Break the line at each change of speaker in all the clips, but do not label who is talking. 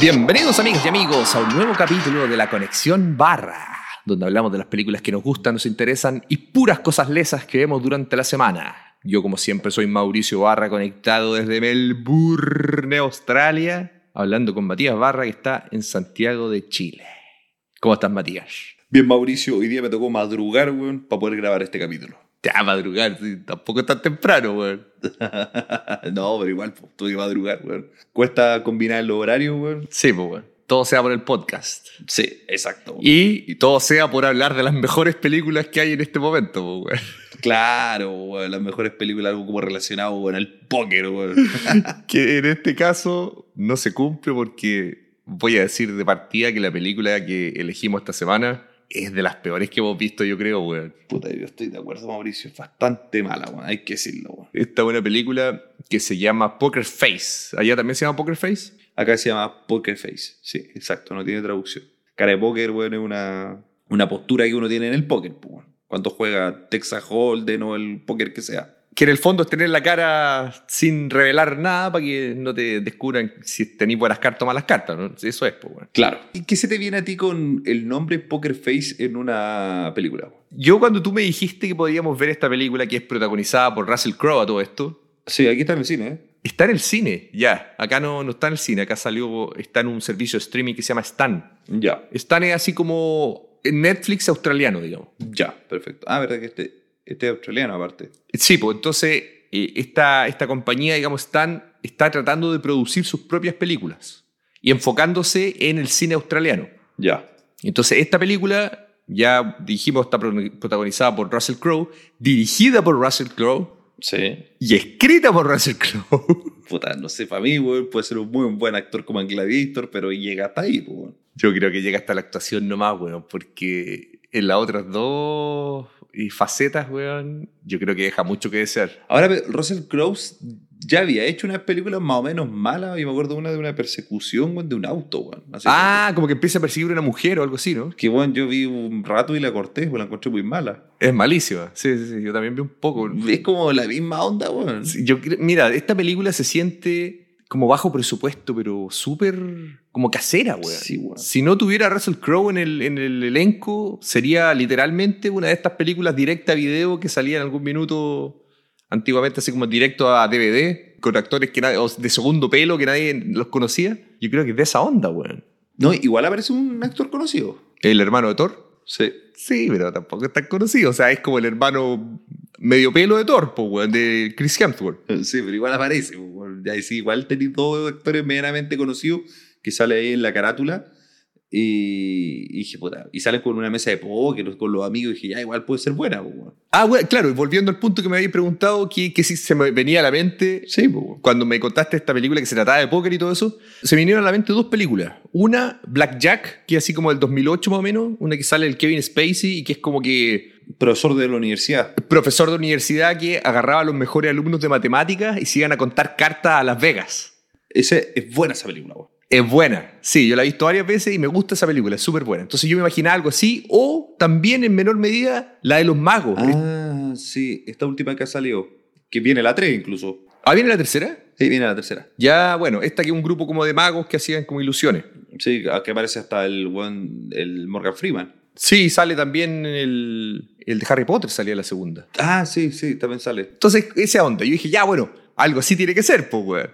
Bienvenidos amigas y amigos a un nuevo capítulo de La Conexión Barra, donde hablamos de las películas que nos gustan, nos interesan y puras cosas lesas que vemos durante la semana. Yo como siempre soy Mauricio Barra, conectado desde Melbourne, Australia, hablando con Matías Barra, que está en Santiago de Chile. ¿Cómo estás, Matías?
Bien, Mauricio, hoy día me tocó madrugar, weón, para poder grabar este capítulo.
Ya, madrugar, sí, tampoco es tan temprano, weón.
no, pero igual, pues, tuve que madrugar, weón. Cuesta combinar el horario, weón.
Sí, pues, weón. Todo sea por el podcast.
Sí, exacto. weón.
Y, y todo sea por hablar de las mejores películas que hay en este momento, pues, weón.
claro, weón, las mejores películas, algo como relacionado con el póker, weón.
que en este caso no se cumple porque voy a decir de partida que la película que elegimos esta semana es de las peores que hemos visto, yo creo, weón.
Puta, yo estoy de acuerdo, Mauricio, es bastante mala, weón, hay que decirlo, weón.
Esta buena película que se llama Poker Face. ¿Allá también se llama Poker Face?
Acá se llama Poker Face, sí, exacto, no tiene traducción. Cara de póker, weón, es una, una postura que uno tiene en el póker, pues, weón. Cuando juega Texas Holden o el póker que sea.
Que en el fondo es tener la cara sin revelar nada para que no te descubran si tenés buenas cartas o malas cartas. ¿no? Eso es, pues, weón.
Claro. ¿Y qué se te viene a ti con el nombre Poker Face en una película?
Yo cuando tú me dijiste que podíamos ver esta película que es protagonizada por Russell Crowe a todo esto,
Sí, aquí está en el cine, ¿eh?
Está en el cine, ya. Acá no, no está en el cine, acá salió, está en un servicio de streaming que se llama Stan.
Ya,
Stan es así como Netflix australiano, digamos.
ya, perfecto. Ah, verdad que este, este es australiano aparte.
Sí, pues entonces eh, esta, esta compañía, digamos, Stan, está tratando de producir sus propias películas y enfocándose en el cine australiano.
Ya,
Entonces esta película, ya dijimos, está pro- protagonizada por Russell Crowe, dirigida por Russell Crowe
sí.
y escrita por Russell Crowe.
Puta, no sé, para mí, weón, puede ser un muy buen actor como en Gladiator, pero llega hasta ahí, pues, weón.
Yo creo que llega hasta la actuación nomás, weón, porque en las otras dos y facetas, weón, yo creo que deja mucho que desear.
Ahora, ve, Russell Crowe ya había hecho unas películas más o menos malas. Yo me acuerdo una de una persecución, weón, de un auto, weón. Así
ah, como que empieza a perseguir una mujer o algo así, ¿no?
Que, que, weón, yo vi un rato y la corté, weón, la encontré muy mala.
Es malísima. Sí, sí, sí, yo también vi un poco.
Es como la misma onda, weón.
Sí, Yo cre- mira, esta película se siente como bajo presupuesto, pero súper como casera, weón.
Sí, weón.
Si no tuviera a Russell Crowe en el, en el elenco, sería literalmente una de estas películas directa a video que salía en algún minuto antiguamente, así como directo a DVD, con actores que nadie- o de segundo pelo que nadie los conocía. Yo creo que es de esa onda, weón.
No, igual aparece un actor conocido.
El hermano de Thor.
Sí.
Sí, pero tampoco es tan conocido. O sea, es como el hermano medio pelo de Thor, po, weón, de Chris Hemsworth.
Sí, pero igual aparece. pues, bueno, ya sí, igual tenéis dos actores medianamente conocidos que sale ahí en la carátula. Y, y dije, puta, y salen con una mesa de póker con los amigos. Y dije, ya, igual puede ser buena. pues, bueno.
Ah, bueno, claro, y volviendo al punto que me habéis preguntado, que, que si se me venía a la mente,
Sí, pues, bueno.
cuando me contaste esta película que se trataba de póker y todo eso, se me vinieron a la mente dos películas. Una, Blackjack, que es así como del 2008 más o menos, una que sale el Kevin Spacey y que es como que
profesor de la universidad.
profesor de universidad que agarraba a los mejores alumnos de matemáticas y se iban a contar cartas a Las Vegas.
Ese, es buena esa película. pues.
Es buena, sí, yo la he visto varias veces y me gusta esa película, es súper buena. Entonces yo me imaginaba algo así, o también en menor medida la de los magos.
Ah, sí, esta última que ha salido, que viene la 3 incluso.
¿Ah, viene la tercera?
Sí, viene la tercera.
Ya, bueno, esta que es un grupo como de magos que hacían como ilusiones.
Sí, que aparece hasta el, buen- el Morgan Freeman.
Sí, sale también el, el de Harry Potter, salía la segunda.
Ah, sí, sí, también sale.
Entonces, esa onda. Yo dije, ya, bueno, algo así tiene que ser, pues, weón.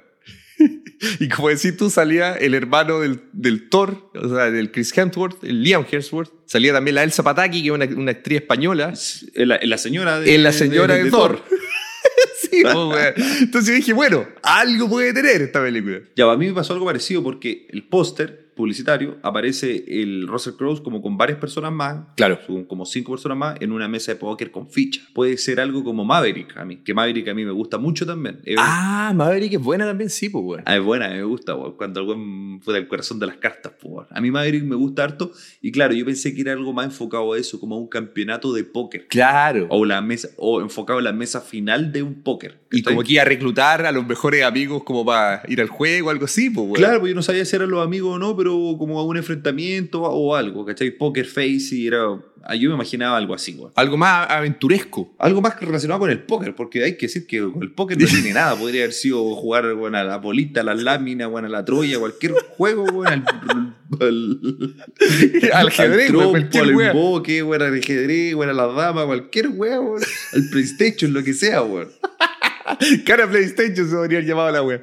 y como decís tú, salía el hermano del, del Thor, o sea, del Chris Hemsworth, el Liam Hemsworth. Salía también la Elsa Pataki, que es una, una actriz española.
Es Eh, La, la señora de,
Es Eh, la señora de, Thor.
Thor.
sí, pues, weón. Entonces yo dije, bueno, algo puede tener esta película.
Ya, a mí me pasó algo parecido porque el póster publicitario aparece el Russell Crowe como con varias personas más,
Claro.
son como cinco personas más, en una mesa de póker con ficha. Puede ser algo como Maverick a mí, que Maverick a mí me gusta mucho también. Es,
Ah, Maverick es buena también, sí, pues, weón.
ah, es buena, me gusta, weón, cuando el weón fue del corazón de las cartas. po, weón. A mí Maverick me gusta harto y claro, yo pensé que era algo más enfocado a eso, como a un campeonato de póker.
Claro.
O, la mesa, o enfocado a la mesa final de un póker.
Y
¿cachai?
como que iba a reclutar a los mejores amigos como para ir al juego o algo así, pues, weón.
Claro, porque yo no sabía si eran los amigos o no, hombro como a un enfrentamiento o algo, ¿cachai? Poker face y era... ah, Yo me imaginaba algo así, weón.
Algo más aventuresco.
Algo más relacionado con el póker, porque hay que decir que con el póker no tiene nada. Podría haber sido jugar bueno, a la bolita, a la lámina, bueno, a la troya, cualquier juego, bueno, al, al,
Al ajedrez,
trompo,
cualquier
al
wea.
emboque, bueno, al ajedrez, bueno, a la dama, cualquier wea, bueno, al PlayStation, lo que sea, bueno.
Cara PlayStation se habría llamado la wea.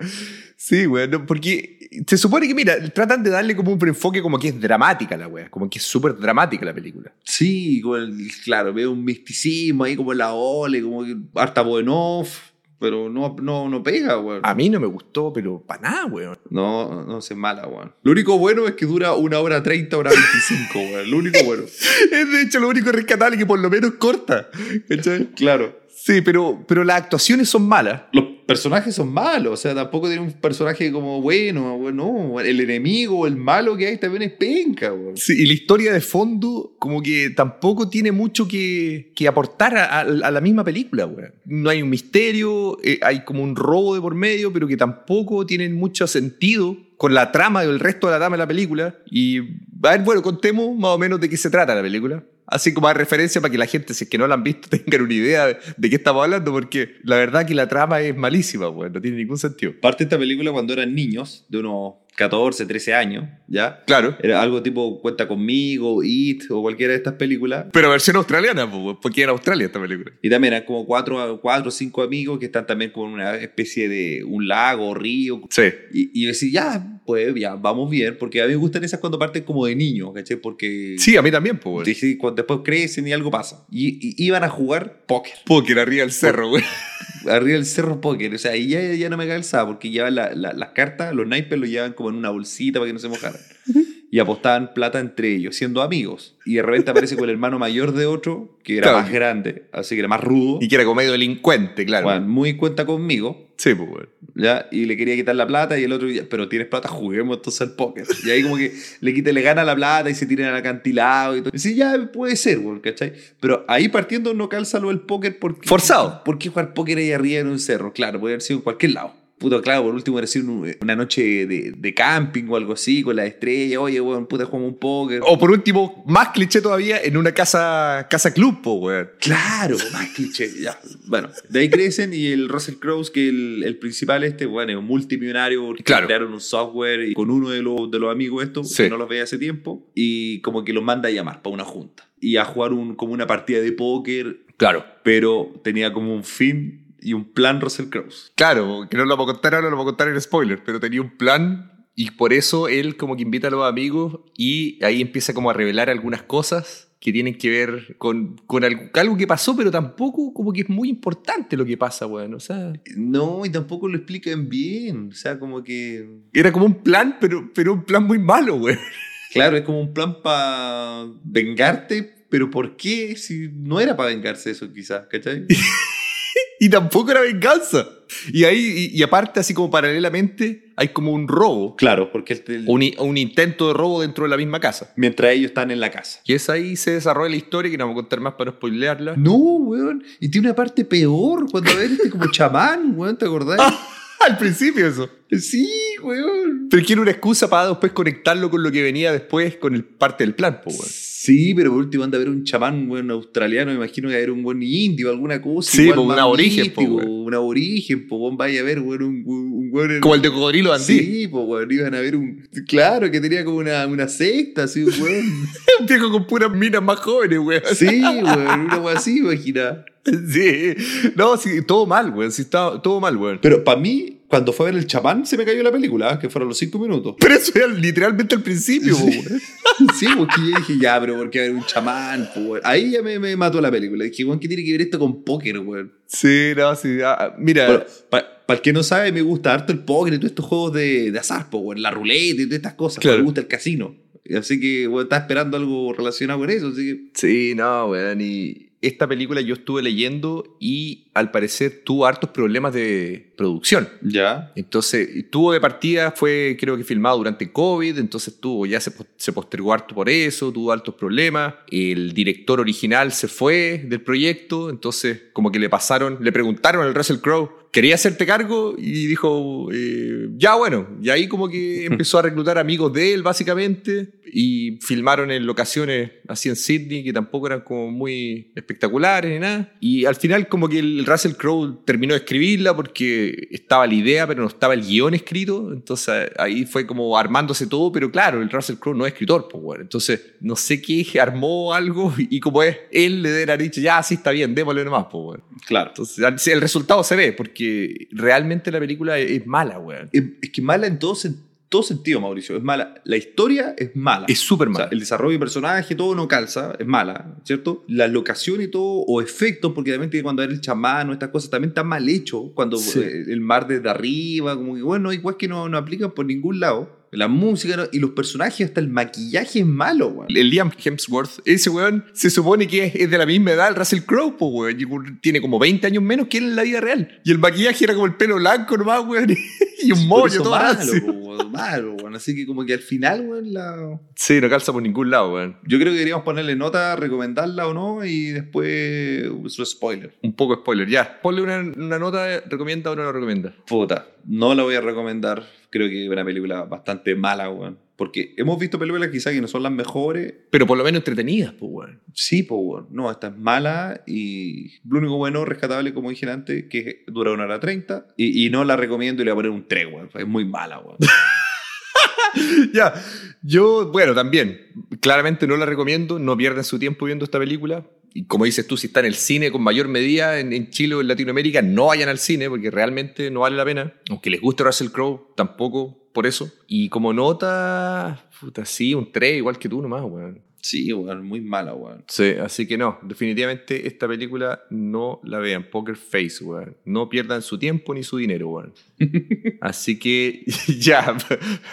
Sí, wea, no, porque se supone que, mira, tratan de darle como un enfoque como que es dramática la wea, como que es súper dramática la película.
Sí, con el- claro, veo un misticismo ahí como en la ole, como que harta buen off, pero no, no, no pega, weón.
A mí no me gustó, pero para nada, weón.
No, no se mala, weón. Lo único bueno es que dura una hora treinta, hora veinticinco, weón. Lo único bueno.
Es de hecho lo único rescatable que por lo menos corta. ¿cachai?
Claro.
Sí, pero, pero las actuaciones son malas.
Los personajes son malos, o sea, tampoco tiene un personaje como bueno, weón. No, weón. el enemigo, el malo que hay también es penca, weón.
Sí, y la historia de fondo como que tampoco tiene mucho que, que aportar a, a- a la misma película, weón. No hay un misterio, eh, hay como un robo de por medio, pero que tampoco tienen mucho sentido con la trama del resto de la trama de la película. Y, a ver, bueno, contemos más o menos de qué se trata la película. Así como a referencia para que la gente, si es que no la han visto, tengan una idea de, de qué estamos hablando, porque la verdad que la trama es malísima, weón. No tiene ningún sentido.
Parte esta película cuando eran niños, de unos 14, 13 años, ¿ya?
Claro.
Era algo tipo Cuenta conmigo, It o cualquiera de estas películas.
Pero versión australiana, po, weón, porque era Australia esta película.
Y también eran como cuatro, cuatro o cinco amigos que están también con una especie de un lago, río.
Sí.
Y, y yo decía, ya, pues ya, vamos bien, porque a mí me gustan esas cuando parten como de niños, ¿cachai? Porque pues,
Sí, a mí también, po, weón.
dije, cuando después crecen y algo pasa. Y, y iban a jugar póker,
Póker arriba del cerro, güey.
arriba del cerro póker. O sea, ahí ya, ya no me calzaba, porque llevaban la- la- las cartas, los naipes los llevaban como en una bolsita para que no se mojaran. Y apostaban plata entre ellos, siendo amigos. Y de repente aparece con el hermano mayor de otro, que era
Claro.
más grande, así que era más rudo.
Y que era como medio delincuente, claro.
Juan, muy cuenta conmigo,
Sí, pues, güey.
¿ya? Y le quería quitar la plata y el otro, ya, pero tienes plata, juguemos entonces al póker. Y ahí como que le quita, le gana la plata y se tiran al acantilado y todo. Y sí, ya puede ser, güey, ¿cachai? Pero ahí partiendo no calza lo del póker porque...
Forzado.
¿Por qué jugar póker ahí arriba en un cerro? Claro, puede haber sido en cualquier lado. Puta, claro, por último era sido un- eh, una noche de, de camping o algo así, con la estrella, oye, weón, puta, jugamos un póker.
O por último, más cliché todavía, en una casa, casa club, pues, güey.
Claro, más cliché. Ya. Bueno, de ahí crecen y el Russell Crowe, que el, el principal este, bueno, es un multimillonario, porque
Claro.
crearon un software y con uno de los, de los amigos estos,
Sí.
que no los veía hace tiempo, y como que los manda a llamar para una junta y a jugar un, como una partida de póker,
Claro.
pero tenía como un fin y un plan Russell Crowe.
Claro, que no lo vamos a contar ahora, lo vamos a contar en spoiler, pero tenía un plan y por eso él como que invita a los amigos y ahí empieza como a revelar algunas cosas que tienen que ver con, con algo, algo que pasó, pero tampoco como que es muy importante lo que pasa, güey. O sea,
No, y tampoco lo explican bien, o sea, como que...
era como un plan, pero, pero un plan muy malo, güey.
Claro, es como un plan para vengarte, pero ¿por qué? Si no era para vengarse eso quizás, ¿cachai?
Y tampoco era venganza. Y ahí, y, y aparte, así como paralelamente, hay como un robo,
Claro, porque el- el-
un, i- un intento de robo dentro de la misma casa.
mientras ellos están en la casa.
Y es ahí se desarrolla la historia, que no vamos a contar más para no spoilearla.
No, weón. Y tiene una parte peor cuando ves este como chamán, weón, ¿te acordás?
Ah. Al principio eso.
sí, weón.
Pero quiero una excusa para después conectarlo con lo que venía después, con el parte del plan, po, weón.
Sí, pero por último anda a ver un chamán, weón, australiano, me imagino que era un buen indio, alguna cosa.
Sí, po, un
más
aborigen, po,
místico,
weón.
Un aborigen, po, weón, vaya a ver, weón, un, un weón. en-
Como el de Cocodrilo Andí.
Sí, po, weón, iban a ver un... Claro, que tenía como una, una secta, así, weón.
Un viejo con puras minas más jóvenes, weón.
Sí, weón, una weón así, imagina.
Sí. No, sí, todo mal, weón. Sí, está, todo mal, weón.
Pero para mí, cuando fue a ver el chamán, se me cayó la película, ¿ah? que fueron los cinco minutos.
Pero eso era literalmente al principio, po, weón.
Sí, porque yo dije, ya, pero ¿por qué haber un chamán? po, weón? Ahí ya me, me mató la película. Dije, weón, ¿qué tiene que ver esto con póker, weón?
Sí, no, sí. ah, mira.
para el que no sabe, me gusta harto el póker y todos estos juegos de, de azar, po, weón, la ruleta y todas estas cosas. pues,
Claro.
Me gusta el casino. Así que, weón, estaba esperando algo relacionado con eso. Así que,
Sí, no, weón. Y esta película yo estuve leyendo y al parecer tuvo hartos problemas de producción.
ya.
Entonces, tuvo de partida, fue creo que filmado durante COVID, entonces tuvo, ya se, pos- se postergó harto por eso, tuvo altos problemas. El director original se fue del proyecto, entonces como que le pasaron, le preguntaron al Russell Crowe, ¿quería hacerte cargo? Y dijo, eh, Ya bueno, y ahí como que empezó a reclutar amigos de él básicamente y filmaron en locaciones así en Sydney que tampoco eran como muy espectaculares ni nada. Y al final como que el Russell Crowe terminó de escribirla porque estaba la idea pero no estaba el guión escrito, entonces ahí fue como armándose todo, pero claro, el Russell Crowe no es escritor, pues bueno, entonces no sé qué, armó algo y como es, él le debe haber dicho, ya sí está bien, démosle nomás, pues bueno.
Claro.
Entonces, al- el resultado se ve, porque realmente la película es, es mala, weón.
Es, es que mala en todo, sen- todo sentido, Mauricio. Es mala. La historia es mala.
Es súper
O sea,
mala.
el desarrollo de personaje, todo no calza, es mala, ¿cierto? La locación y todo, o efectos, porque también tiene cuando era el chamán o estas cosas, también está mal hecho. Cuando
Sí.
eh, el mar desde arriba, como que bueno, igual que no, no aplican por ningún lado. La música no- y los personajes, hasta el maquillaje es malo, weón.
El Liam Hemsworth, ese weón, se supone que es, es de la misma edad el Russell Crowe, po, weón. Y weón Tiene como 20 años menos que él en la vida real. Y el maquillaje era como el pelo blanco nomás, weón. Y
Por
un mollo
eso
todo
malo,
así.
po, weón, malo, weón. Así que como que al final, weón, la...
Sí, no calza por ningún lado, weón.
Yo creo que deberíamos ponerle nota, recomendarla o no, y después su spoiler.
Un poco spoiler, ya. Ponle una, una nota, ¿recomienda o no la recomienda?
Puta, no la voy a recomendar. Creo que es una película bastante mala, weón. Porque hemos visto películas quizás que no son las mejores.
Pero por lo menos entretenidas, pues, weón.
Sí, pues, weón. No, esta es mala y lo único bueno, rescatable, como dije antes, que dura una hora treinta. Y, y no la recomiendo y le voy a poner un 3, weón. Es muy mala, weón.
Ya, yo, bueno, también, claramente no la recomiendo, no pierdan su tiempo viendo esta película. Y como dices tú, si está en el cine con mayor medida en, en Chile o en Latinoamérica, no vayan al cine porque realmente no vale la pena. Aunque les guste Russell Crowe, tampoco por eso. Y como nota, puta, sí, un 3, igual que tú nomás, weón.
Sí, weón, muy mala, weón.
Sí, así que no, definitivamente esta película no la vean. Poker Face, weón. No pierdan su tiempo ni su dinero, weón. Así que ya,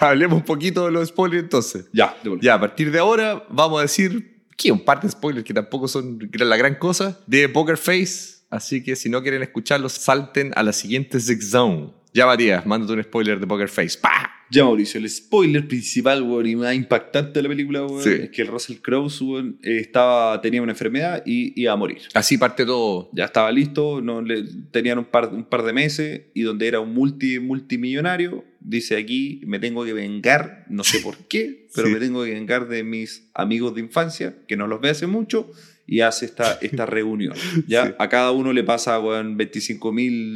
hablemos un poquito de los spoilers entonces.
Ya, de vuelta.
Ya, a partir de ahora vamos a decir que un par de spoilers que tampoco son la gran cosa de Poker Face. Así que si no quieren escucharlos, salten a la siguiente Zig Zone. Ya, Matías, mándate un spoiler de Poker Face. ¡Pah!
Ya, Mauricio, el spoiler principal, weón, y más impactante de la película, weón,
Sí.
es que el Russell Crowe, weón, eh, estaba, tenía una enfermedad y iba a morir.
Así parte todo.
ya estaba listo, no, le, tenían un par, un par de meses y donde era un multi, multimillonario, dice aquí, me tengo que vengar, no sé por qué, pero
Sí.
me tengo que vengar de mis amigos de infancia, que no los ve hace mucho, y hace esta, esta reunión. ¿ya?
Sí.
A cada uno le pasa weón, 25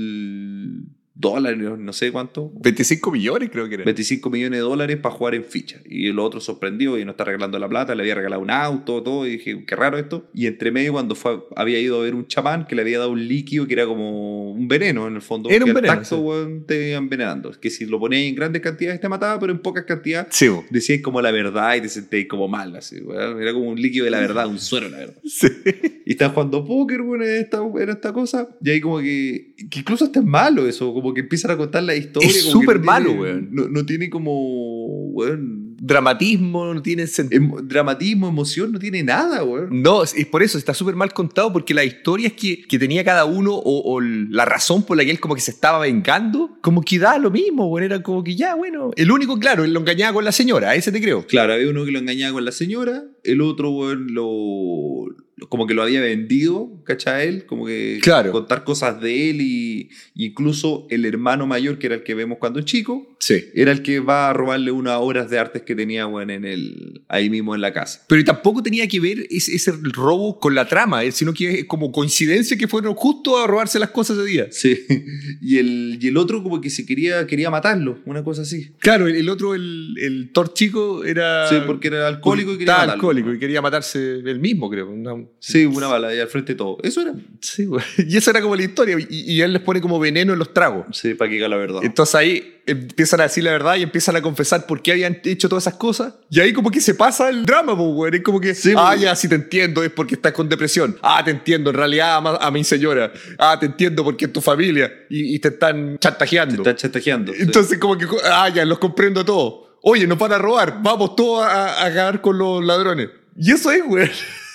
mil dólares, no sé cuánto.
25 millones creo que era.
25 millones de dólares para jugar en ficha. Y los otros sorprendidos y no está regalando la plata, le había regalado un auto, todo, y dije, qué raro esto. Y entre medio, cuando fue, había ido a ver un chamán que le había dado un líquido que era como un veneno en el fondo.
Era un
que al
veneno,
tacto,
sí.
weón, te iba envenenando. Que si lo ponías en grandes cantidades te mataba, pero en pocas cantidades
Sí, bo.
decías como la verdad y te sentías como mal. Así, weón. Era como un líquido de la verdad, un suero de la verdad.
Sí.
Y están jugando póker, weón, en esta, en esta cosa. Y ahí como que, que incluso hasta es malo eso, como que empiezan a contar la historia.
Es
como que
súper
no
malo,
tiene-
weón.
No, no tiene como, weón,
Dramatismo, no tiene sentido.
em- dramatismo, emoción, no tiene nada, weón.
No, es es por eso, está súper mal contado porque las historias que, que tenía cada uno o, o la razón por la que él como que se estaba vengando, como que da lo mismo, bueno, era como que ya, bueno, el único, claro, él lo engañaba con la señora, a ese te creo.
Claro, había uno que lo engañaba con la señora, el otro, weón, lo, lo- como que lo había vendido, ¿cachai? Él, como que
Claro.
contar cosas de él y y incluso el hermano mayor, que era el que vemos cuando chico,
Sí.
era el que va a robarle unas obras de artes que tenía, weón, en el, ahí mismo en la casa.
Pero tampoco tenía que ver ese, ese robo con la trama, eh, sino que es como coincidencia que fueron justo a robarse las cosas ese día.
Sí. Y el, y el otro como que se quería, quería matarlo, una cosa así.
Claro, el, el otro, el, el Thor chico, era...
Sí, porque era Ah, alcohólico y quería
estaba
matarlo.
alcohólico y quería matarse él mismo, creo. una-
Sí, una bala ahí al frente de todo. Eso era.
Sí, güey. Y esa era como la historia. Y, y él les pone como veneno en los tragos.
Sí, para que diga la verdad.
Entonces ahí empiezan a decir la verdad y empiezan a confesar por qué habían hecho todas esas cosas. Y ahí como que se pasa el drama, pues, güey. Es como que,
Sí,
ah,
güey.
ya, sí te entiendo, es porque estás con depresión. Ah, te entiendo, en realidad ama a mi señora. Ah, te entiendo porque es tu familia y, y te están chantajeando.
Está chantajeando. sí.
Entonces como que, ah, ya, los comprendo todos. Oye, nos van a robar, vamos todos a, a acabar con los ladrones. Y eso es, güey.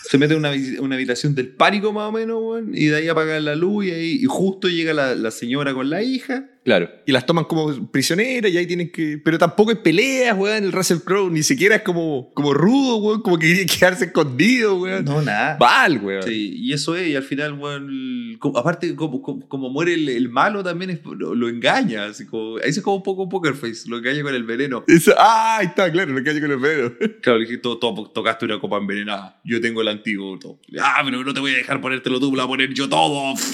Se mete en una, habi- una habitación del pánico más o menos, weón, y de ahí apagan la luz y ahí y justo llega la, la señora con la hija
Claro. Y las toman como prisioneras y ahí tienen que. Pero tampoco hay peleas, weón. El Russell Crowe ni siquiera es como, como rudo, weón. Como que quiere quedarse escondido, weón.
No, nada.
Val, weón.
Sí, y eso es, y al final, weón, el- como- aparte, como, como, como muere el, el malo también, es- lo, lo engaña. Así como, ese es como un poco Poker Face, lo engaña con el veneno.
Eso- ah, ahí está, claro, lo que hay con los pelos.
Claro, le dije, "To- to- tocaste una copa envenenada, yo tengo el antídoto. Ah, pero no te voy a dejar ponértelo tú, me lo voy a poner yo todo.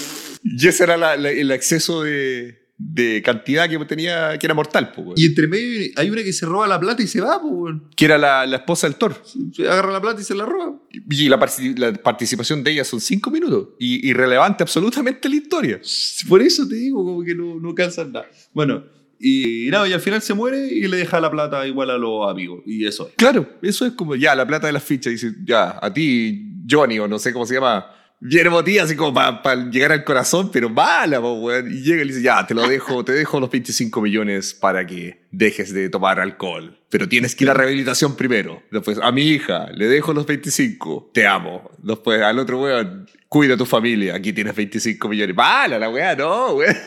Y ese era la- la- el exceso de, de cantidad que tenía, que era mortal, po, weón.
Y entre medio hay una que se roba la plata y se va, pues, weón.
Que era la, la esposa del Thor.
Se agarra la plata y se la roba.
Y la, parci- la participación de ella son cinco minutos. Y irrelevante absolutamente la historia.
Por eso te digo, como que no, no cansan nada. Bueno, y, y nada, y al final se muere y le deja la plata igual a los amigos. Y eso es.
Claro, eso es como ya la plata de las fichas. Dice, ya, a ti, Johnny, o no sé cómo se llama. Bien emotiva, así como para llegar al corazón, pero mala, po, weón. Y llega y le dice, ya, te lo dejo, te dejo los 25 millones para que dejes de tomar alcohol. Pero tienes que ir a rehabilitación primero. Después, a mi hija, le dejo los 25, te amo. Después, al otro weón, cuida a tu familia, aquí tienes 25 millones. Mala la weá, no, weón.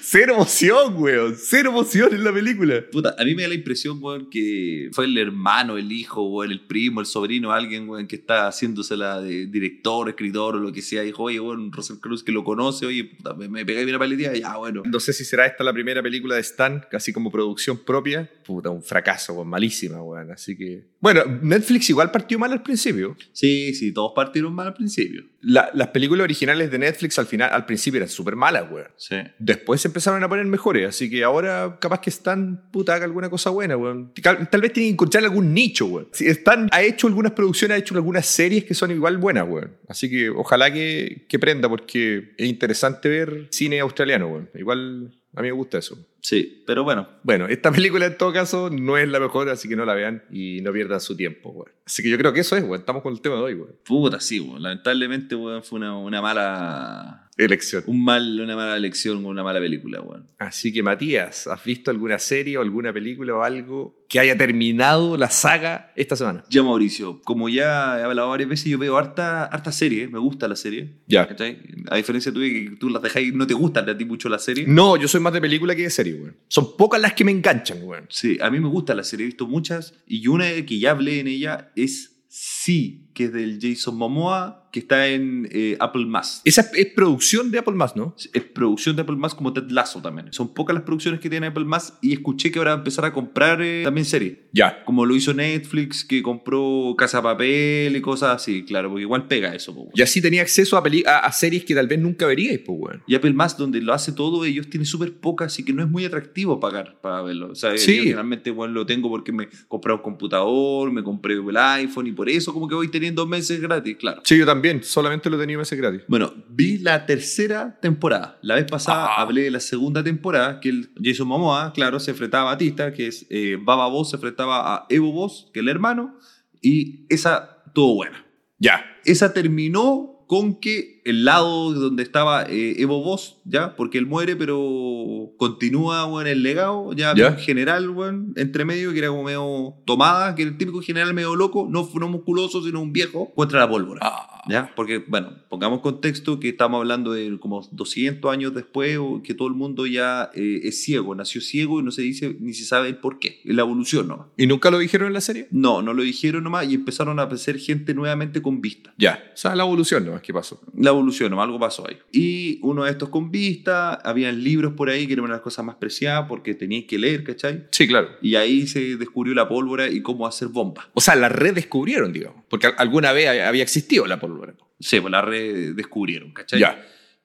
Cero emoción, weón. Cero emoción en la película.
Puta, a mí me da la impresión, weón, que fue el hermano, el hijo, weón, el primo, el sobrino, alguien, weón, que está haciéndosela de director, escritor o lo que sea. Dijo, oye, weón, Russell Cruz que lo conoce, oye, puta, me, me pegáis bien la paletilla, ya, bueno.
No sé si será esta la primera película de Stan, así como producción propia. Puta, un fracaso, weón, malísima, weón. Así que. Bueno, Netflix igual partió mal al principio.
Sí, sí, todos partieron mal al principio.
La- las películas originales de Netflix al, final, al principio eran súper malas, weón.
Sí.
Después se empezaron a poner mejores, así que ahora capaz que Stan, puta, haga alguna cosa buena, weón. Tal, tal vez tienen que encontrar algún nicho, weón. Si Stan ha hecho algunas producciones, ha hecho algunas series que son igual buenas, weón. Así que ojalá que, que prenda, porque es interesante ver cine australiano, weón. Igual a mí me gusta eso.
Sí, pero bueno,
Bueno, esta película en todo caso no es la mejor, así que no la vean y no pierdan su tiempo, güey. Así que yo creo que eso es, güey. Estamos con el tema de hoy, güey.
puta, sí, weón. Lamentablemente, weón, fue una, una mala.
Elección.
Un mal, una mala elección, una mala película, weón.
Así que, Matías, ¿has visto alguna serie o alguna película o algo que haya terminado la saga esta semana?
Ya, Mauricio, como ya he hablado varias veces, yo veo harta, harta serie, me gusta la serie.
Ya.
¿Cachai? A diferencia tuya que tú las dejáis, no te gustan a ti mucho las series.
No, yo soy más de película que de serie, güey. Son pocas las que me enganchan, güey.
Sí, a mí me gustan las series, he visto muchas. Y una que ya hablé en ella es Sí, que es del Jason Momoa, que está en eh, Apple Más.
Esa es, es producción de Apple Más, ¿no?
Es, es producción de Apple Más como Ted Lasso también. Son pocas las producciones que tiene Apple Más y escuché que ahora va a empezar a comprar eh, también series.
Ya.
Como lo hizo Netflix, que compró Casa de Papel y cosas así, claro, porque igual pega eso. po, weón.
Y así tenía acceso a, peli- a, a series que tal vez nunca veríais, pues, güey.
Y Apple Más, donde lo hace todo, ellos tienen súper poca, así que no es muy atractivo pagar para verlo. O sea,
Sí.
yo generalmente bueno, lo tengo porque me compré un computador, me compré el iPhone y por eso como que voy teniendo meses gratis, claro.
Sí, yo también. Solamente lo he tenido meses gratis.
Bueno, vi la tercera temporada. La vez pasada
Ah.
hablé de la segunda temporada, que el Jason Momoa, claro, se enfrentaba a Batista, que es eh, Baba Boss, se enfrentaba a Evo Boss, que es el hermano, y esa todo buena.
Ya.
Esa terminó con que el lado donde estaba eh, Evo Boss, ya, porque él muere, pero continúa, weón, el legado, ya,
Ya.
había un general, weón, entre medio, que era como medio tomada, que era el típico general medio loco, no, no musculoso, sino un viejo, contra la pólvora.
Ah.
¿Ya? Porque, bueno, pongamos contexto que estamos hablando de como 200 años después, o que todo el mundo ya eh, es ciego, nació ciego y no se dice ni se sabe el por qué, la evolución nomás.
¿Y nunca lo dijeron en la serie?
No, no lo dijeron nomás y empezaron a aparecer gente nuevamente con vista.
Ya. O sea, la evolución nomás que pasó.
La evolución, o algo pasó ahí. Y uno de estos con vista, habían libros por ahí que eran una de las cosas más preciadas porque tenías que leer, ¿cachai?
Sí, claro.
Y ahí se descubrió la pólvora y cómo hacer bombas.
O sea, la redescubrieron, digamos. Porque al- alguna vez hab- había existido la pólvora.
Sí, pues la redescubrieron, ¿cachai?
Ya.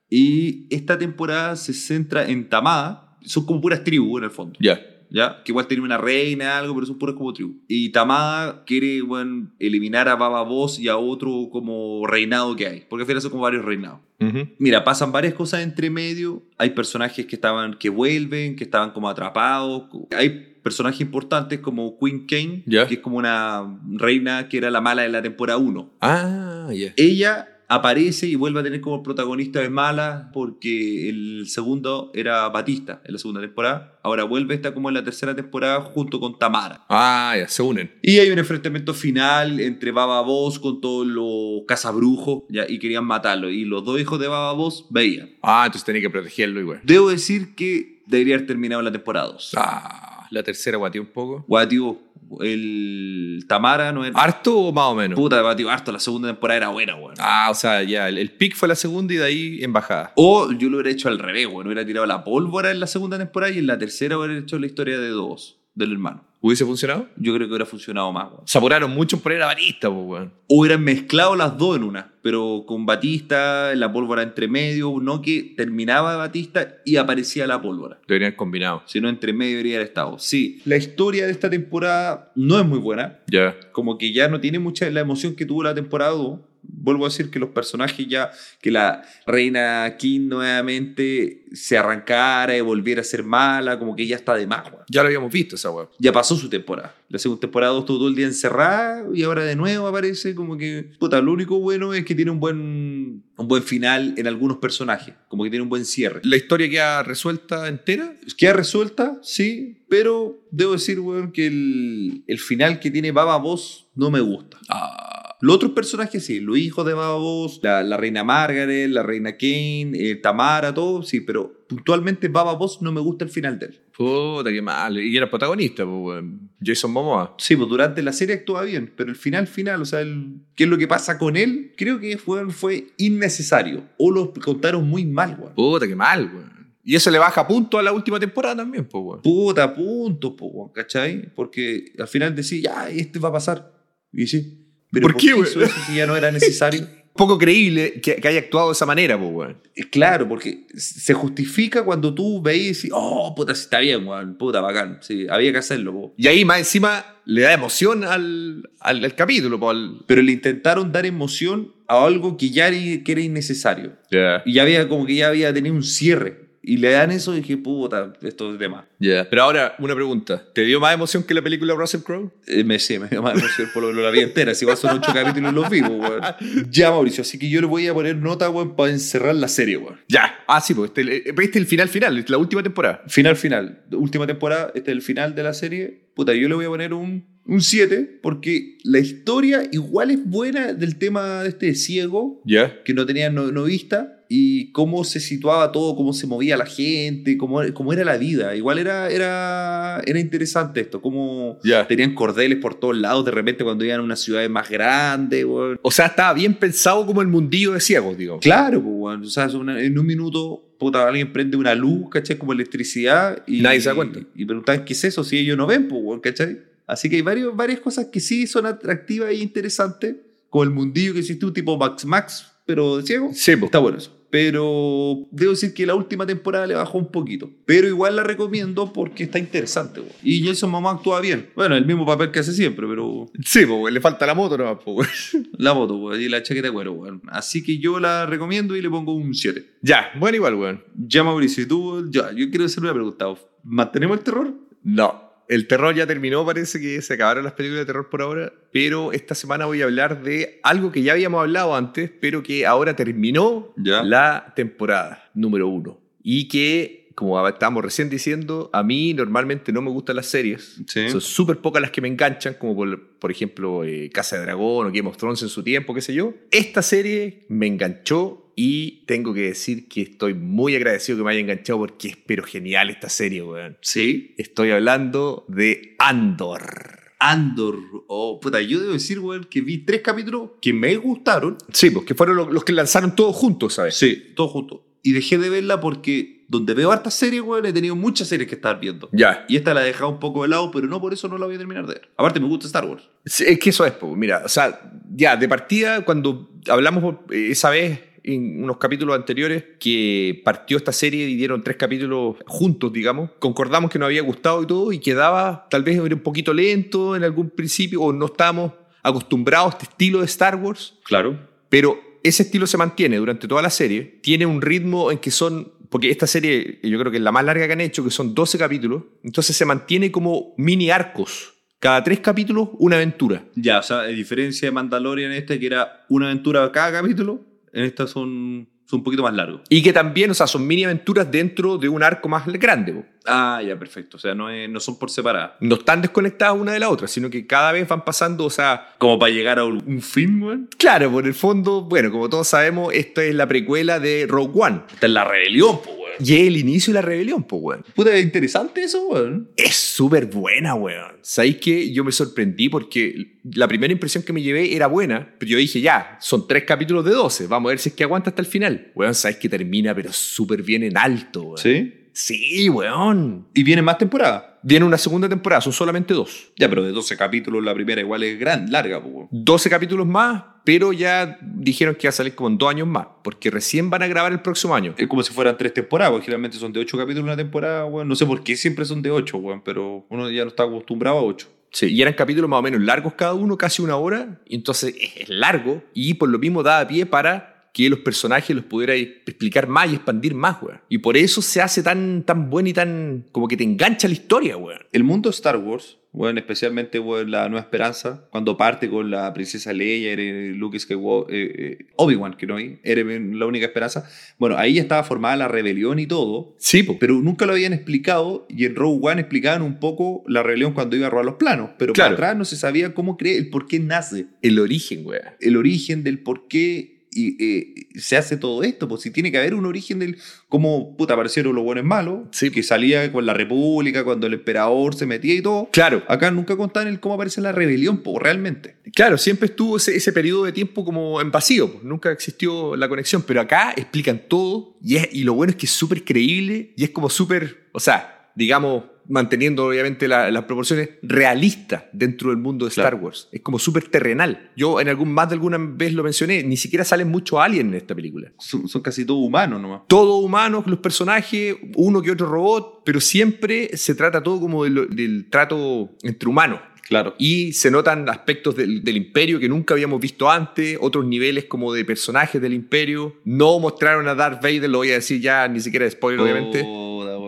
Y esta temporada se centra en Tamada. Son como puras tribus en el fondo,
Ya.
¿ya? Que igual tiene una reina, algo, pero son puras como tribus. Y Tamada quiere, bueno, eliminar a Baba Voss y a otro como reinado que hay. Porque al final son como varios reinados. Mira, pasan varias cosas entre medio. Hay personajes que estaban, que vuelven, que estaban como atrapados. Hay personajes importantes como Queen Kane,
Ya.
que es como una reina que era la mala de la temporada 1.
Ah, ya.
Ella aparece y vuelve a tener como protagonista de mala porque el segundo era Batista en la segunda temporada. Ahora vuelve, está como en la tercera temporada junto con Tamara.
Ah, ya. Se unen.
Y hay un enfrentamiento final entre Baba Voss con todos los cazabrujos ya, y querían matarlo. Y los dos hijos de Baba Voss veían.
Ah, entonces tenía que protegerlo igual.
Debo decir que debería haber terminado en la temporada 2.
Ah, la tercera guateó un poco.
Guatió, el Tamara no era...
¿Harto o más o menos?
Puta, guatió harto, la segunda temporada era buena, weón.
Ah, o sea, ya, el, el pick fue la segunda y de ahí en bajada.
O yo lo hubiera hecho al revés, weón. Hubiera tirado la pólvora en la segunda temporada y en la tercera hubiera hecho la historia de dos, del hermano.
¿Hubiese funcionado?
Yo creo que hubiera funcionado más, weón.
Se apuraron mucho en poner a Barista, pues, weón.
hubieran mezclado las dos en una, pero con Batista, la pólvora entre medio, no que terminaba Batista y aparecía la pólvora,
Deberían haber combinado.
sino entre medio debería haber estado. Sí, la historia de esta temporada no es muy buena,
Ya.
como que ya no tiene mucha la emoción que tuvo la temporada 2. Vuelvo a decir que los personajes ya, que la reina King nuevamente se arrancara y volviera a ser mala, como que ya está de más, weón.
Ya lo habíamos visto esa weón.
Ya pasó su temporada. La segunda temporada estuvo todo el día encerrada y ahora de nuevo aparece como que... Puta, lo único bueno es que tiene un buen, un buen final en algunos personajes. Como que tiene un buen cierre.
¿La historia queda resuelta entera?
Queda resuelta, sí, pero debo decir, weón, que el, el final que tiene Baba Voss no me gusta.
Ah.
Los otros personajes sí, los hijos de Baba Voss, la, la reina Margaret, la reina Kane, eh, Tamara, todo, sí, pero puntualmente Baba Voss no me gusta el final de él.
Puta, qué mal. Y era protagonista, pues, weón. Jason Momoa.
Sí, pues durante la serie actúa bien, pero el final, final, o sea, el- qué es lo que pasa con él, creo que fue, fue innecesario. O lo contaron muy mal, weón.
Puta, qué mal, weón. Y eso le baja punto a la última temporada también, pues, weón.
Puta, punto, po, weón, ¿cachai? Porque al final decís, ya, este va a pasar. Y sí. Pero
¿Por qué,
hizo
weón?
eso si ya no era necesario?
Poco creíble que, que haya actuado de esa manera, pues, weón.
Eh, Claro, porque se justifica cuando tú veis y decís, oh, puta, sí, está bien, weón, puta, bacán. Sí, había que hacerlo, po.
Y ahí más encima le da emoción al, al, al capítulo, pues. al-
Pero le intentaron dar emoción a algo que ya era- que era innecesario. Y ya había como que ya había tenido un cierre. Y le dan eso y dije, puta, esto es de más.
Ya. Pero ahora, una pregunta. ¿Te dio más emoción que la película Russell Crowe?
Eh, me sé, me dio más emoción por lo menos la vida entera. Si vas son ocho capítulos los vivos, weón. Ya, Mauricio, así que yo le voy a poner nota, weón, para encerrar la serie, weón.
Ya. Ah, sí, pues. Este, eh, este es el final, final, la última temporada.
Final, final. Última temporada, este es el final de la serie. Puta, yo le voy a poner un. Un 7, porque la historia igual es buena del tema de este ciego,
Ya.
que no tenía no, no vista y cómo se situaba todo, cómo se movía la gente, cómo, cómo era la vida. Igual era, era, era interesante esto, cómo
Ya.
tenían cordeles por todos lados de repente cuando iban a una ciudad más grande. weón.
O sea, estaba bien pensado como el mundillo de ciegos, digamos.
Claro, pues, weón, o sea, es una- en un minuto puta, alguien prende una luz, ¿cachai? Como electricidad y
Nadie se da cuenta.
Y, preguntaban qué es eso si ellos no ven, pues, weón, ¿cachai? Así que hay varios, varias cosas que sí son atractivas e interesantes, como el mundillo que existe un tipo Max Max, pero de ciego.
Sí, pues.
Está bueno eso. Pero debo decir que la última temporada le bajó un poquito. Pero igual la recomiendo porque está interesante. weón. Y Jason Mamá actúa bien. Bueno, el mismo papel que hace siempre, pero
Sí, pues, weón, le falta la moto nomás, pues. weón.
la moto weón, y la chaqueta de cuero. weón. Así que yo la recomiendo y le pongo un 7.
Ya, bueno, igual, weón.
Ya, Mauricio, y tú, ya, yo quiero hacer una pregunta. ¿Mantenemos el terror?
No. El terror ya terminó, parece que se acabaron las películas de terror por ahora, pero esta semana voy a hablar de algo que ya habíamos hablado antes, pero que ahora terminó
Ya.
la temporada número uno. Y que, como estábamos recién diciendo, a mí normalmente no me gustan las series.
Sí.
Son súper pocas las que me enganchan, como por, por ejemplo eh, Casa de Dragón o Game of Thrones en su tiempo, qué sé yo. Esta serie me enganchó y tengo que decir que estoy muy agradecido que me haya enganchado porque es pero genial esta serie, weón.
Sí.
Estoy hablando de Andor.
Andor. Oh, puta, yo debo decir, weón, que vi tres capítulos que me gustaron.
Sí, pues que fueron los, los que lanzaron todos juntos, ¿sabes?
Sí. Todos juntos. Y dejé de verla porque donde veo hartas series, weón, he tenido muchas series que estar viendo.
Ya.
Y esta la he dejado un poco de lado, pero no por eso no la voy a terminar de ver. Aparte, me gusta Star Wars.
Sí, Es que eso es, po. mira, o sea, ya, de partida, cuando hablamos eh, esa vez en unos capítulos anteriores, que partió esta serie y dieron tres capítulos juntos, digamos, concordamos que nos había gustado y todo, y quedaba tal vez era un poquito lento en algún principio, o no estábamos acostumbrados a este estilo de Star Wars,
Claro.
pero ese estilo se mantiene durante toda la serie. Tiene un ritmo en que son. Porque esta serie, yo creo que es la más larga que han hecho, que son 12 capítulos. Entonces se mantiene como mini arcos. Cada tres capítulos, una aventura.
Ya, o sea, a diferencia de Mandalorian este, que era una aventura cada capítulo, en esta son, son un poquito más largos.
Y que también, o sea, son mini aventuras dentro de un arco más grande. po.
Ah, ya, perfecto. O sea, no, es- no son por separadas.
No están desconectadas una de la otra, sino que cada vez van pasando, o sea,
Como para llegar a un, un fin, weón.
claro, por el fondo, bueno, como todos sabemos, esto es la precuela de Rogue One.
Esta es la rebelión, pues, weón.
Y es el inicio de la rebelión, pues, weón.
Puta, es interesante eso, weón.
Es súper buena, weón. ¿Sabéis que yo me sorprendí porque la primera impresión que me llevé era buena, pero yo dije, ya, son tres capítulos de 12, vamos a ver si es que aguanta hasta el final. Weón, sabéis que termina, pero súper bien en alto, weón.
Sí.
Sí, weón.
Y viene más temporada.
Viene una segunda temporada, son solamente dos.
Ya, pero de 12 capítulos la primera igual es gran, larga, pues, weón.
12 capítulos más, pero ya dijeron que va a salir como en dos años más, porque recién van a grabar el próximo año.
Es como si fueran tres temporadas, porque generalmente son de ocho capítulos una temporada, weón. No sé por qué siempre son de ocho, weón, pero uno ya no está acostumbrado a ocho.
Sí, y eran capítulos más o menos largos cada uno, casi una hora, y entonces es largo y por lo mismo daba pie para que los personajes los pudiera explicar más y expandir más, weón. Y por eso se hace tan, tan bueno y tan como que te engancha la historia, weón.
El mundo Star Wars, bueno, especialmente bueno, la Nueva Esperanza, cuando parte con la princesa Leia, Eren, Luke Skywalker, eh, eh, Obi-Wan Kenobi, Eren la única esperanza. Bueno, ahí ya estaba formada la rebelión y todo,
Sí, po.
pero nunca lo habían explicado y en Rogue One explicaban un poco la rebelión cuando iba a robar los planos, pero
Claro.
para atrás no se sabía cómo cree, el por qué nace,
el origen, weón.
el origen del por qué y, eh, se hace todo esto, pues si tiene que haber un origen del cómo puta aparecieron los buenos malos,
Sí.
que salía con la República, cuando el emperador se metía y todo.
Claro,
Acá nunca contaban el cómo aparece la rebelión, po, realmente.
claro, siempre estuvo ese, ese periodo de tiempo como en vacío, po. nunca existió la conexión, pero acá explican todo y, es- y lo bueno es que es súper creíble y es como súper, o sea, digamos, manteniendo obviamente la- las proporciones realistas dentro del mundo de Star
Claro.
Wars. Es como súper terrenal. Yo en algún más de alguna vez lo mencioné, ni siquiera salen muchos aliens en esta película.
Son, son casi todos humanos nomás.
Todo humanos, los personajes, uno que otro robot, pero siempre se trata todo como de lo- del trato entre humanos.
Claro.
Y se notan aspectos del, del imperio que nunca habíamos visto antes, otros niveles como de personajes del imperio. No mostraron a Darth Vader, lo voy a decir ya, ni siquiera de
Oh.
spoiler, obviamente.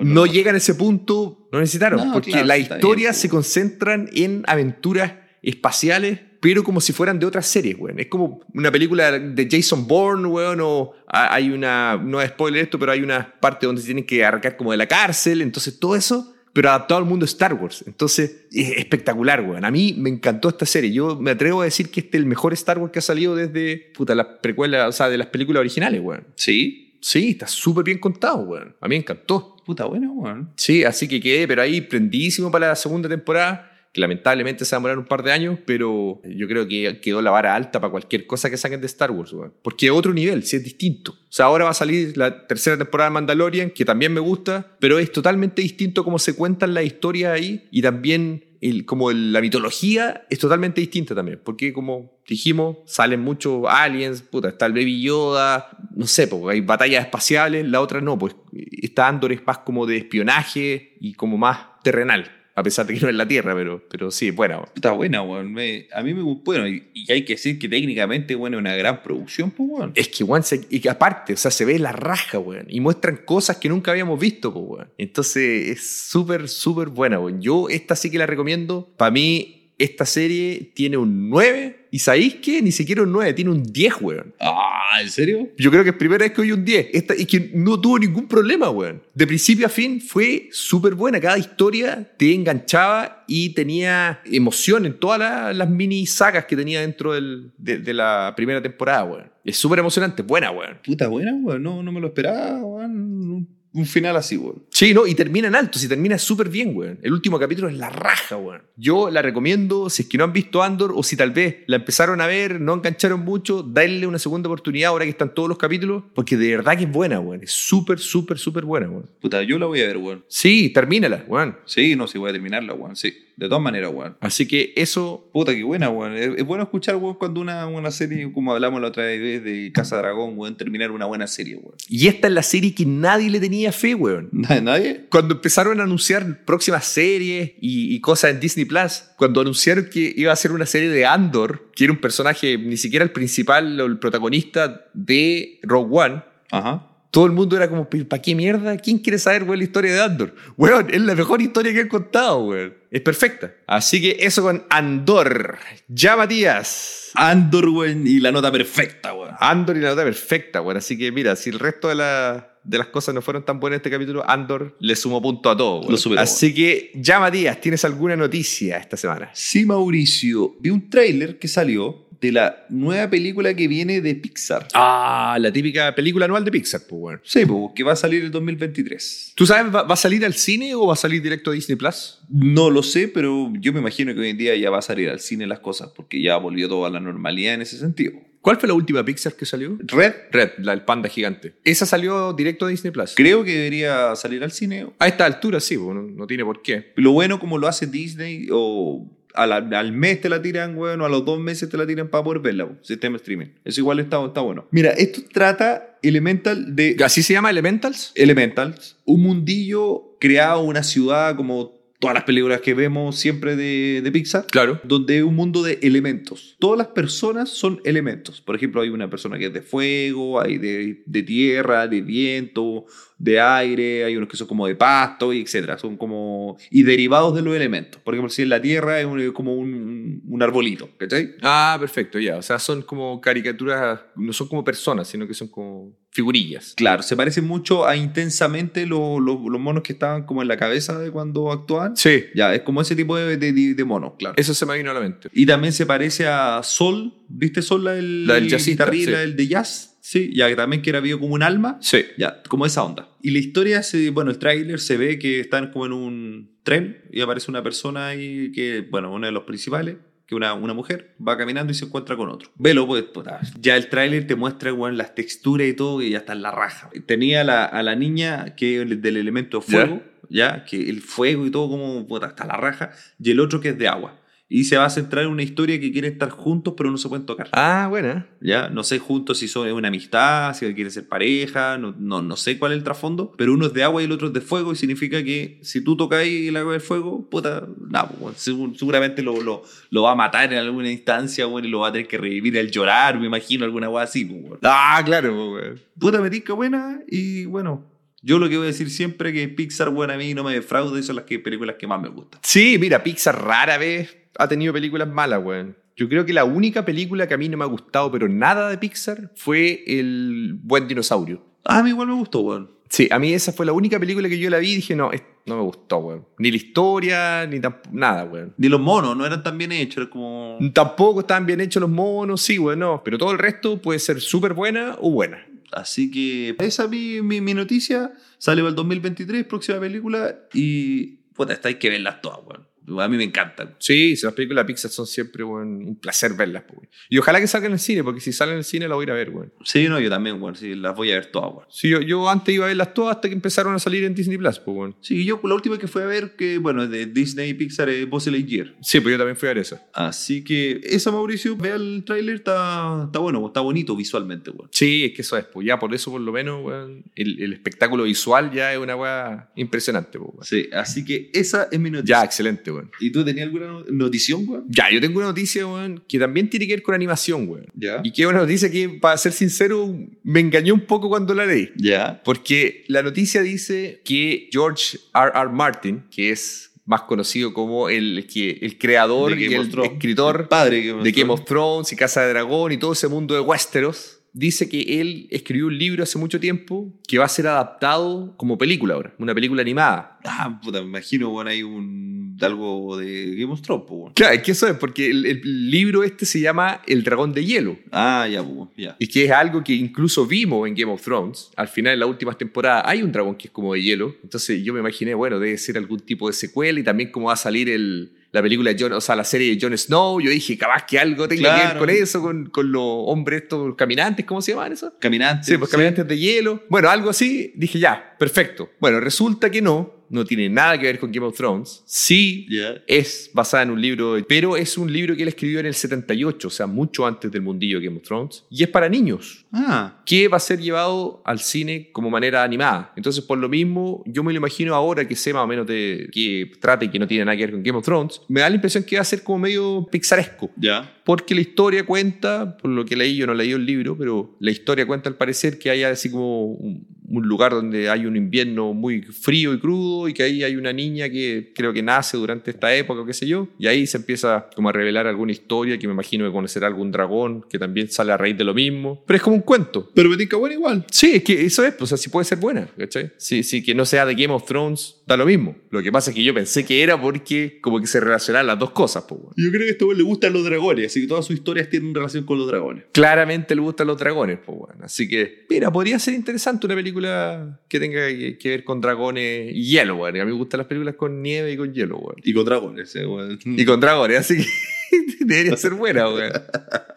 No llegan a ese punto, no necesitaron,
No,
porque
claro,
las
está bien,
historias
pues.
se concentran en aventuras espaciales, pero como si fueran de otras series, weón. Es como una película de Jason Bourne, weón, o ha- hay una, no es spoiler esto, pero hay una parte donde se tienen que arrancar como de la cárcel, entonces todo eso, pero adaptado al mundo Star Wars. Entonces es espectacular, weón. A mí me encantó esta serie. Yo me atrevo a decir que este es el mejor Star Wars que ha salido desde, puta, las precuelas, o sea, de las películas originales, weón.
Sí.
Sí, está súper bien contado, weón. A mí me encantó.
Puta, bueno, weón.
Sí, así que quedé, pero ahí prendidísimo para la segunda temporada, que lamentablemente se va a demorar un par de años, pero yo creo que quedó la vara alta para cualquier cosa que saquen de Star Wars, weón. porque es otro nivel, si es distinto. O sea, ahora va a salir la tercera temporada de Mandalorian, que también me gusta, pero es totalmente distinto cómo se cuentan las historias ahí y también el, como el- la mitología es totalmente distinta también, porque como dijimos, salen muchos aliens, puta, está el Baby Yoda, no sé, porque hay batallas espaciales, la otra no, pues esta Andor es más como de espionaje y como más terrenal, a pesar de que no es la Tierra, pero, pero sí, bueno.
Puta, buena, weón. Me- a mí me gustó. Bueno, y, y hay que decir que técnicamente, bueno, es una gran producción, pues, weón.
Es que, weón, se- y que aparte, o sea, se ve la raja, weón. Y muestran cosas que nunca habíamos visto, pues, weón. Entonces, es súper, súper buena, weón. Yo esta sí que la recomiendo. Para mí, esta serie tiene un 9. ¿Y sabéis qué? Ni siquiera un 9, tiene un 10, weón.
Ah, ¿en serio?
Yo creo que es primera vez que oí un 10. Esta, es que no tuvo ningún problema, weón. De principio a fin fue súper buena. Cada historia te enganchaba y tenía emoción en todas la- las mini sagas que tenía dentro del- de, de la primera temporada, weón. Es súper emocionante. Buena, weón.
Puta, buena, weón. No, no me lo esperaba, weón. Un, un final así, weón.
Sí, no, y termina en alto, si termina súper bien, weón. El último capítulo es la raja, weón. Yo la recomiendo, si es que no han visto Andor o si tal vez la empezaron a ver, no engancharon mucho, dale una segunda oportunidad ahora que están todos los capítulos, porque de verdad que es buena, weón. Es súper, súper, súper buena, weón.
Puta, yo la voy a ver, weón.
Sí, termínala, weón.
Sí, no, sí, voy a terminarla, weón. Sí, de todas maneras, weón.
Así que eso,
Puta, qué buena, weón. Es, es bueno escuchar, weón, cuando una, una serie, como hablamos la otra vez de Casa Dragón, weón, terminar una buena serie, weón.
y esta es la serie que nadie le tenía fe, weón.
¿Nadie? nadie?
Cuando empezaron a anunciar próximas series y, y cosas en Disney Plus, cuando anunciaron que iba a ser una serie de Andor, que era un personaje ni siquiera el principal o el protagonista de Rogue One,
Ajá.
todo el mundo era como, ¿para qué mierda? ¿Quién quiere saber, weón, la historia de Andor? Weón, es la mejor historia que han contado, weón. Es perfecta. Así que eso con Andor. Ya, Matías.
Andor, weón, y la nota perfecta, weón.
Andor y la nota perfecta, weón. Así que mira, si el resto de, la- de las cosas no fueron tan buenas en este capítulo, Andor le sumó punto a todo, weón.
Lo superó,
Así que ya, Matías, ¿tienes alguna noticia esta semana?
Sí, Mauricio, vi un tráiler que salió de la nueva película que viene de Pixar.
Ah, la típica película anual de Pixar, pues, weón.
Sí, pues, que va a salir el 2023.
¿Tú sabes, va, va a salir al cine o va a salir directo a Disney Plus?
No lo sé, pero yo me imagino que hoy en día ya va a salir al cine las cosas, porque ya volvió toda la normalidad en ese sentido.
¿Cuál fue la última Pixar que salió?
Red,
Red, la del panda gigante. Esa salió directo a Disney Plus.
creo que debería salir al cine.
A esta altura sí, pues, no, no tiene por qué.
Lo bueno como lo hace Disney, o a la- al mes te la tiran, bueno, a los dos meses te la tiran para poder verla, po, sistema streaming. Eso igual está, está bueno. Mira, esto trata Elemental de...
¿Así se llama Elementals?
Elementals, un mundillo creado, una ciudad como todas las películas que vemos siempre de, de Pixar,
Claro.
donde es un mundo de elementos. Todas las personas son elementos. Por ejemplo, hay una persona que es de fuego, hay de, de tierra, de viento, de aire, hay unos que son como de pasto, y etcétera. Son como... y derivados de los elementos. Por ejemplo, si es la tierra, es un- como un, un arbolito, ¿cachai?
Ah, perfecto, ya. O sea, son como caricaturas, no son como personas, sino que son como figurillas.
Claro, se parece mucho a intensamente lo- lo- los monos que estaban como en la cabeza de cuando actuaban.
Sí.
Ya, es como ese tipo de, de, de- de mono, claro.
Eso se me vino a la mente.
Y también se parece a Sol, ¿viste Sol? La del,
La del jazzista,
guitarrista,
sí.
la del de jazz, sí, ya que también que era vivo como un alma,
Sí.
ya, como esa onda. Y la historia, se, bueno, el tráiler se ve que están como en un tren y aparece una persona ahí que, bueno, uno de los principales, que una, una mujer, va caminando y se encuentra con otro. Velo, pues, puta, ya el tráiler te muestra, weón, las texturas y todo, que ya está en la raja. Tenía a la, a la niña que del elemento
Ya.
fuego, ¿ya? Que el fuego y todo como puta, hasta la raja, y el otro que es de agua. Y se va a centrar en una historia que quieren estar juntos, pero no se pueden tocar.
Ah, buena.
¿ya? No sé juntos si son es una amistad, si quieren ser pareja, no, no, no sé cuál es el trasfondo, pero uno es de agua y el otro es de fuego y significa que si tú tocas el agua del fuego, puta, nada, pues, bueno, segur- seguramente lo, lo, lo va a matar en alguna instancia, bueno, y lo va a tener que revivir al llorar, me imagino, alguna cosa así, pues, bueno.
Ah, claro, weón.
Puta, me tinca buena y bueno. Yo lo que voy a decir siempre que Pixar, bueno, a mí no me defrauda y son las que, películas que más me gustan.
Sí, mira, Pixar rara vez ha tenido películas malas, weón. Yo creo que la única película que a mí no me ha gustado, pero nada de Pixar, fue El Buen Dinosaurio.
A mí igual me gustó, bueno.
Sí, a mí esa fue la única película que yo la vi y dije, no, es- no me gustó, weón. Ni la historia, ni tamp- nada, weón.
Ni los monos, no eran tan bien hechos, era como...
Tampoco estaban bien hechos los monos, sí, weón, no. Pero todo el resto puede ser súper buena o buena.
Así que esa es mi, mi, mi noticia. Sale para el 2023, próxima película. Y puta, esta hay que verlas todas, weón. A mí me encantan.
Sí, si las películas de Pixar son siempre, weón, un placer verlas, po, weón. Y ojalá que salgan en el cine, porque si salen en el cine la voy a ir a ver, weón.
Sí, no, yo también, weón. Sí, las voy a ver todas, weón.
Sí, yo, yo antes iba a verlas todas hasta que empezaron a salir en Disney Plus, pues, weón.
Sí, yo la última que fui a ver, que bueno, es de Disney y Pixar, es Buzz Lightyear.
Sí, pues yo también fui a ver esa.
Así que esa, Mauricio, vea el tráiler, está, está bueno, está bonito visualmente, weón.
Sí, es que eso es, pues ya por eso por lo menos, weón, el, el espectáculo visual ya es una weá impresionante, pues, weón.
Sí, así que esa es mi noticia.
Ya, excelente, weón.
¿Y tú tenías alguna no- notición, weón?
Ya, yo tengo una noticia, weón, que también tiene que ver con animación, weón.
Ya.
Y que es una noticia que, para ser sincero, me engañó un poco cuando la leí.
Ya.
Porque la noticia dice que George R. R. Martin, que es más conocido como el, que, el creador
De
y
Game of
el
Thrones.
escritor
Padre que
de Game of Thrones y Casa de Dragón y todo ese mundo de Westeros, dice que él escribió un libro hace mucho tiempo que va a ser adaptado como película ahora, una película animada.
Ah, puta, me imagino, weón, hay un, algo de Game of Thrones, po, weón.
Claro, es que eso es porque el, el libro este se llama El Dragón de Hielo.
Ah, ya, pues, ya.
Y que es algo que incluso vimos en Game of Thrones. Al final, en las últimas temporadas, hay un dragón que es como de hielo. Entonces yo me imaginé, bueno, debe ser algún tipo de secuela y también cómo va a salir el, la película de Jon, o sea, la serie de Jon Snow. Yo dije, capaz que algo tenga que ver
Claro.
con eso, con, con los hombres estos caminantes, ¿cómo se llaman eso?
Caminante.
Sí, pues caminantes de hielo. Bueno, algo así. Dije, ya, perfecto. Bueno, resulta que no. No tiene nada que ver con Game of Thrones. Sí,
Ya.
es basada en un libro, pero es un libro que él escribió en el 78, o sea, mucho antes del mundillo Game of Thrones, y es para niños
Ah,
que va a ser llevado al cine como manera animada. Entonces, por lo mismo, yo me lo imagino ahora que sé más o menos de que trate y que no tiene nada que ver con Game of Thrones, me da la impresión que va a ser como medio pixaresco
ya.
porque la historia cuenta, por lo que leí, yo no leí el libro, pero la historia cuenta al parecer que hay así como un, un lugar donde hay un invierno muy frío y crudo y que ahí hay una niña que creo que nace durante esta época o qué sé yo. Y ahí se empieza como a revelar alguna historia que me imagino que conocerá algún dragón que también sale a raíz de lo mismo. Pero es como un cuento.
Pero me tinca bueno igual.
Sí, es que eso es, pues, o sea, sí puede ser buena, ¿cachai? Sí, sí, que no sea de Game of Thrones, da lo mismo. Lo que pasa es que yo pensé que era porque como que se relacionaban las dos cosas, pues, bueno.
Yo creo que a este güey le gustan los dragones, así que todas sus historias tienen relación con los dragones.
Claramente le gustan los dragones, pues, bueno. Así que, mira, podría ser interesante una película que tenga que, que ver con dragones y hielo, bueno. Y A mí me gustan las películas con nieve y con hielo, bueno.
Y con dragones, eh, güey.
Y con dragones, así que... Debería ser buena, weón.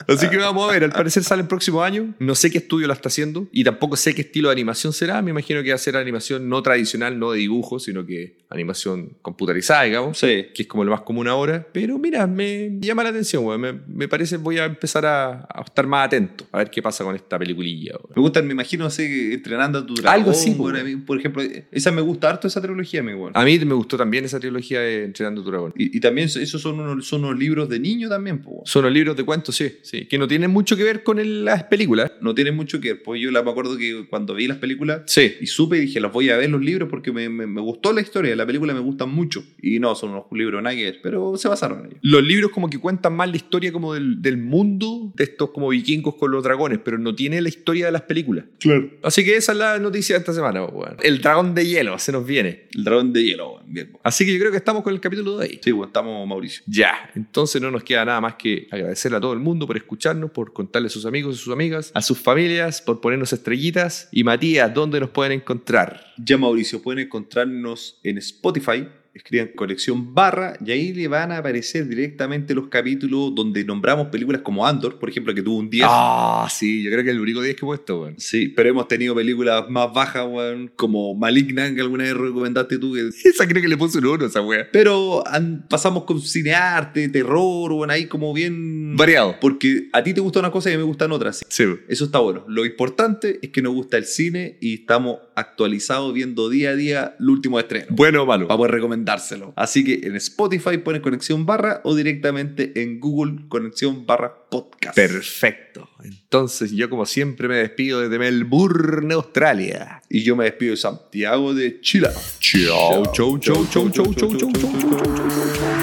Así que vamos a ver, al parecer sale el próximo año. No sé qué estudio la está haciendo y tampoco sé qué estilo de animación será. Me imagino que va a ser animación no tradicional, no de dibujo, sino que animación computarizada, digamos,
Sí.
que es como lo más común ahora. Pero mira, me llama la atención, weón. Me, me parece voy a empezar a, a estar más atento a ver qué pasa con esta peliculilla, weón.
Me gustan, me imagino, así, entrenando a tu dragón.
Algo así,
güey.
güey.
A mí, Por ejemplo, esa me gusta harto, esa trilogía, mi güey.
A mí me gustó también esa trilogía de Entrenando a tu dragón.
Y, y también esos son unos, son unos libros de niño también, pues. güey.
Son los libros de cuentos, sí, sí, que no tienen mucho que ver con el- las películas.
No tienen mucho que ver. Pues yo la, me acuerdo que cuando vi las películas
Sí,
y supe, dije, las voy a ver los libros porque me, me- me gustó la historia. La película me gusta mucho. Y no, son unos libros nada que ver, pero se basaron en ellos.
Los libros como que cuentan más la historia como del, del mundo de estos como vikingos con los dragones, pero no tiene la historia de las películas.
Claro.
Así que esa es la noticia de esta semana. po, weón. El dragón de hielo se nos viene.
El dragón de hielo, güey. Bien, güey.
Así que yo creo que estamos con el capítulo de hoy.
Sí, güey, estamos, Mauricio.
Ya, entonces no nos queda nada más que agradecerle a todo el mundo por escucharnos, por contarle a sus amigos, a sus amigas, a sus familias, por ponernos estrellitas. Y Matías, ¿dónde nos pueden encontrar?
Ya, Mauricio, pueden encontrarnos en Spotify. Escriban colección barra y ahí le van a aparecer directamente los capítulos donde nombramos películas como Andor, por ejemplo, que tuvo un 10.
Ah, sí, yo creo que es el único 10 que he puesto, weón.
Sí, pero hemos tenido películas más bajas, weón, como Malignant, que alguna vez recomendaste tú. que-
Esa creo que le puse un 1 esa wea.
Pero han- pasamos con cinearte, terror, weón, ahí como bien...
Variado.
Porque a ti te gusta una cosa y a mí me gustan otras.
Sí. weón.
Eso está bueno. Lo importante es que nos gusta el cine y estamos actualizados viendo día a día el último estreno.
Bueno o malo.
Para poder recomendárselo. Así que en Spotify pones conexión barra o directamente en Google conexión barra podcast.
Perfecto. Entonces yo como siempre me despido desde Melbourne, Australia.
Y yo me despido de Santiago de Chile.
Chau, chau, chau, chau, chau, chau, chau, chau, chau, chau.
chau.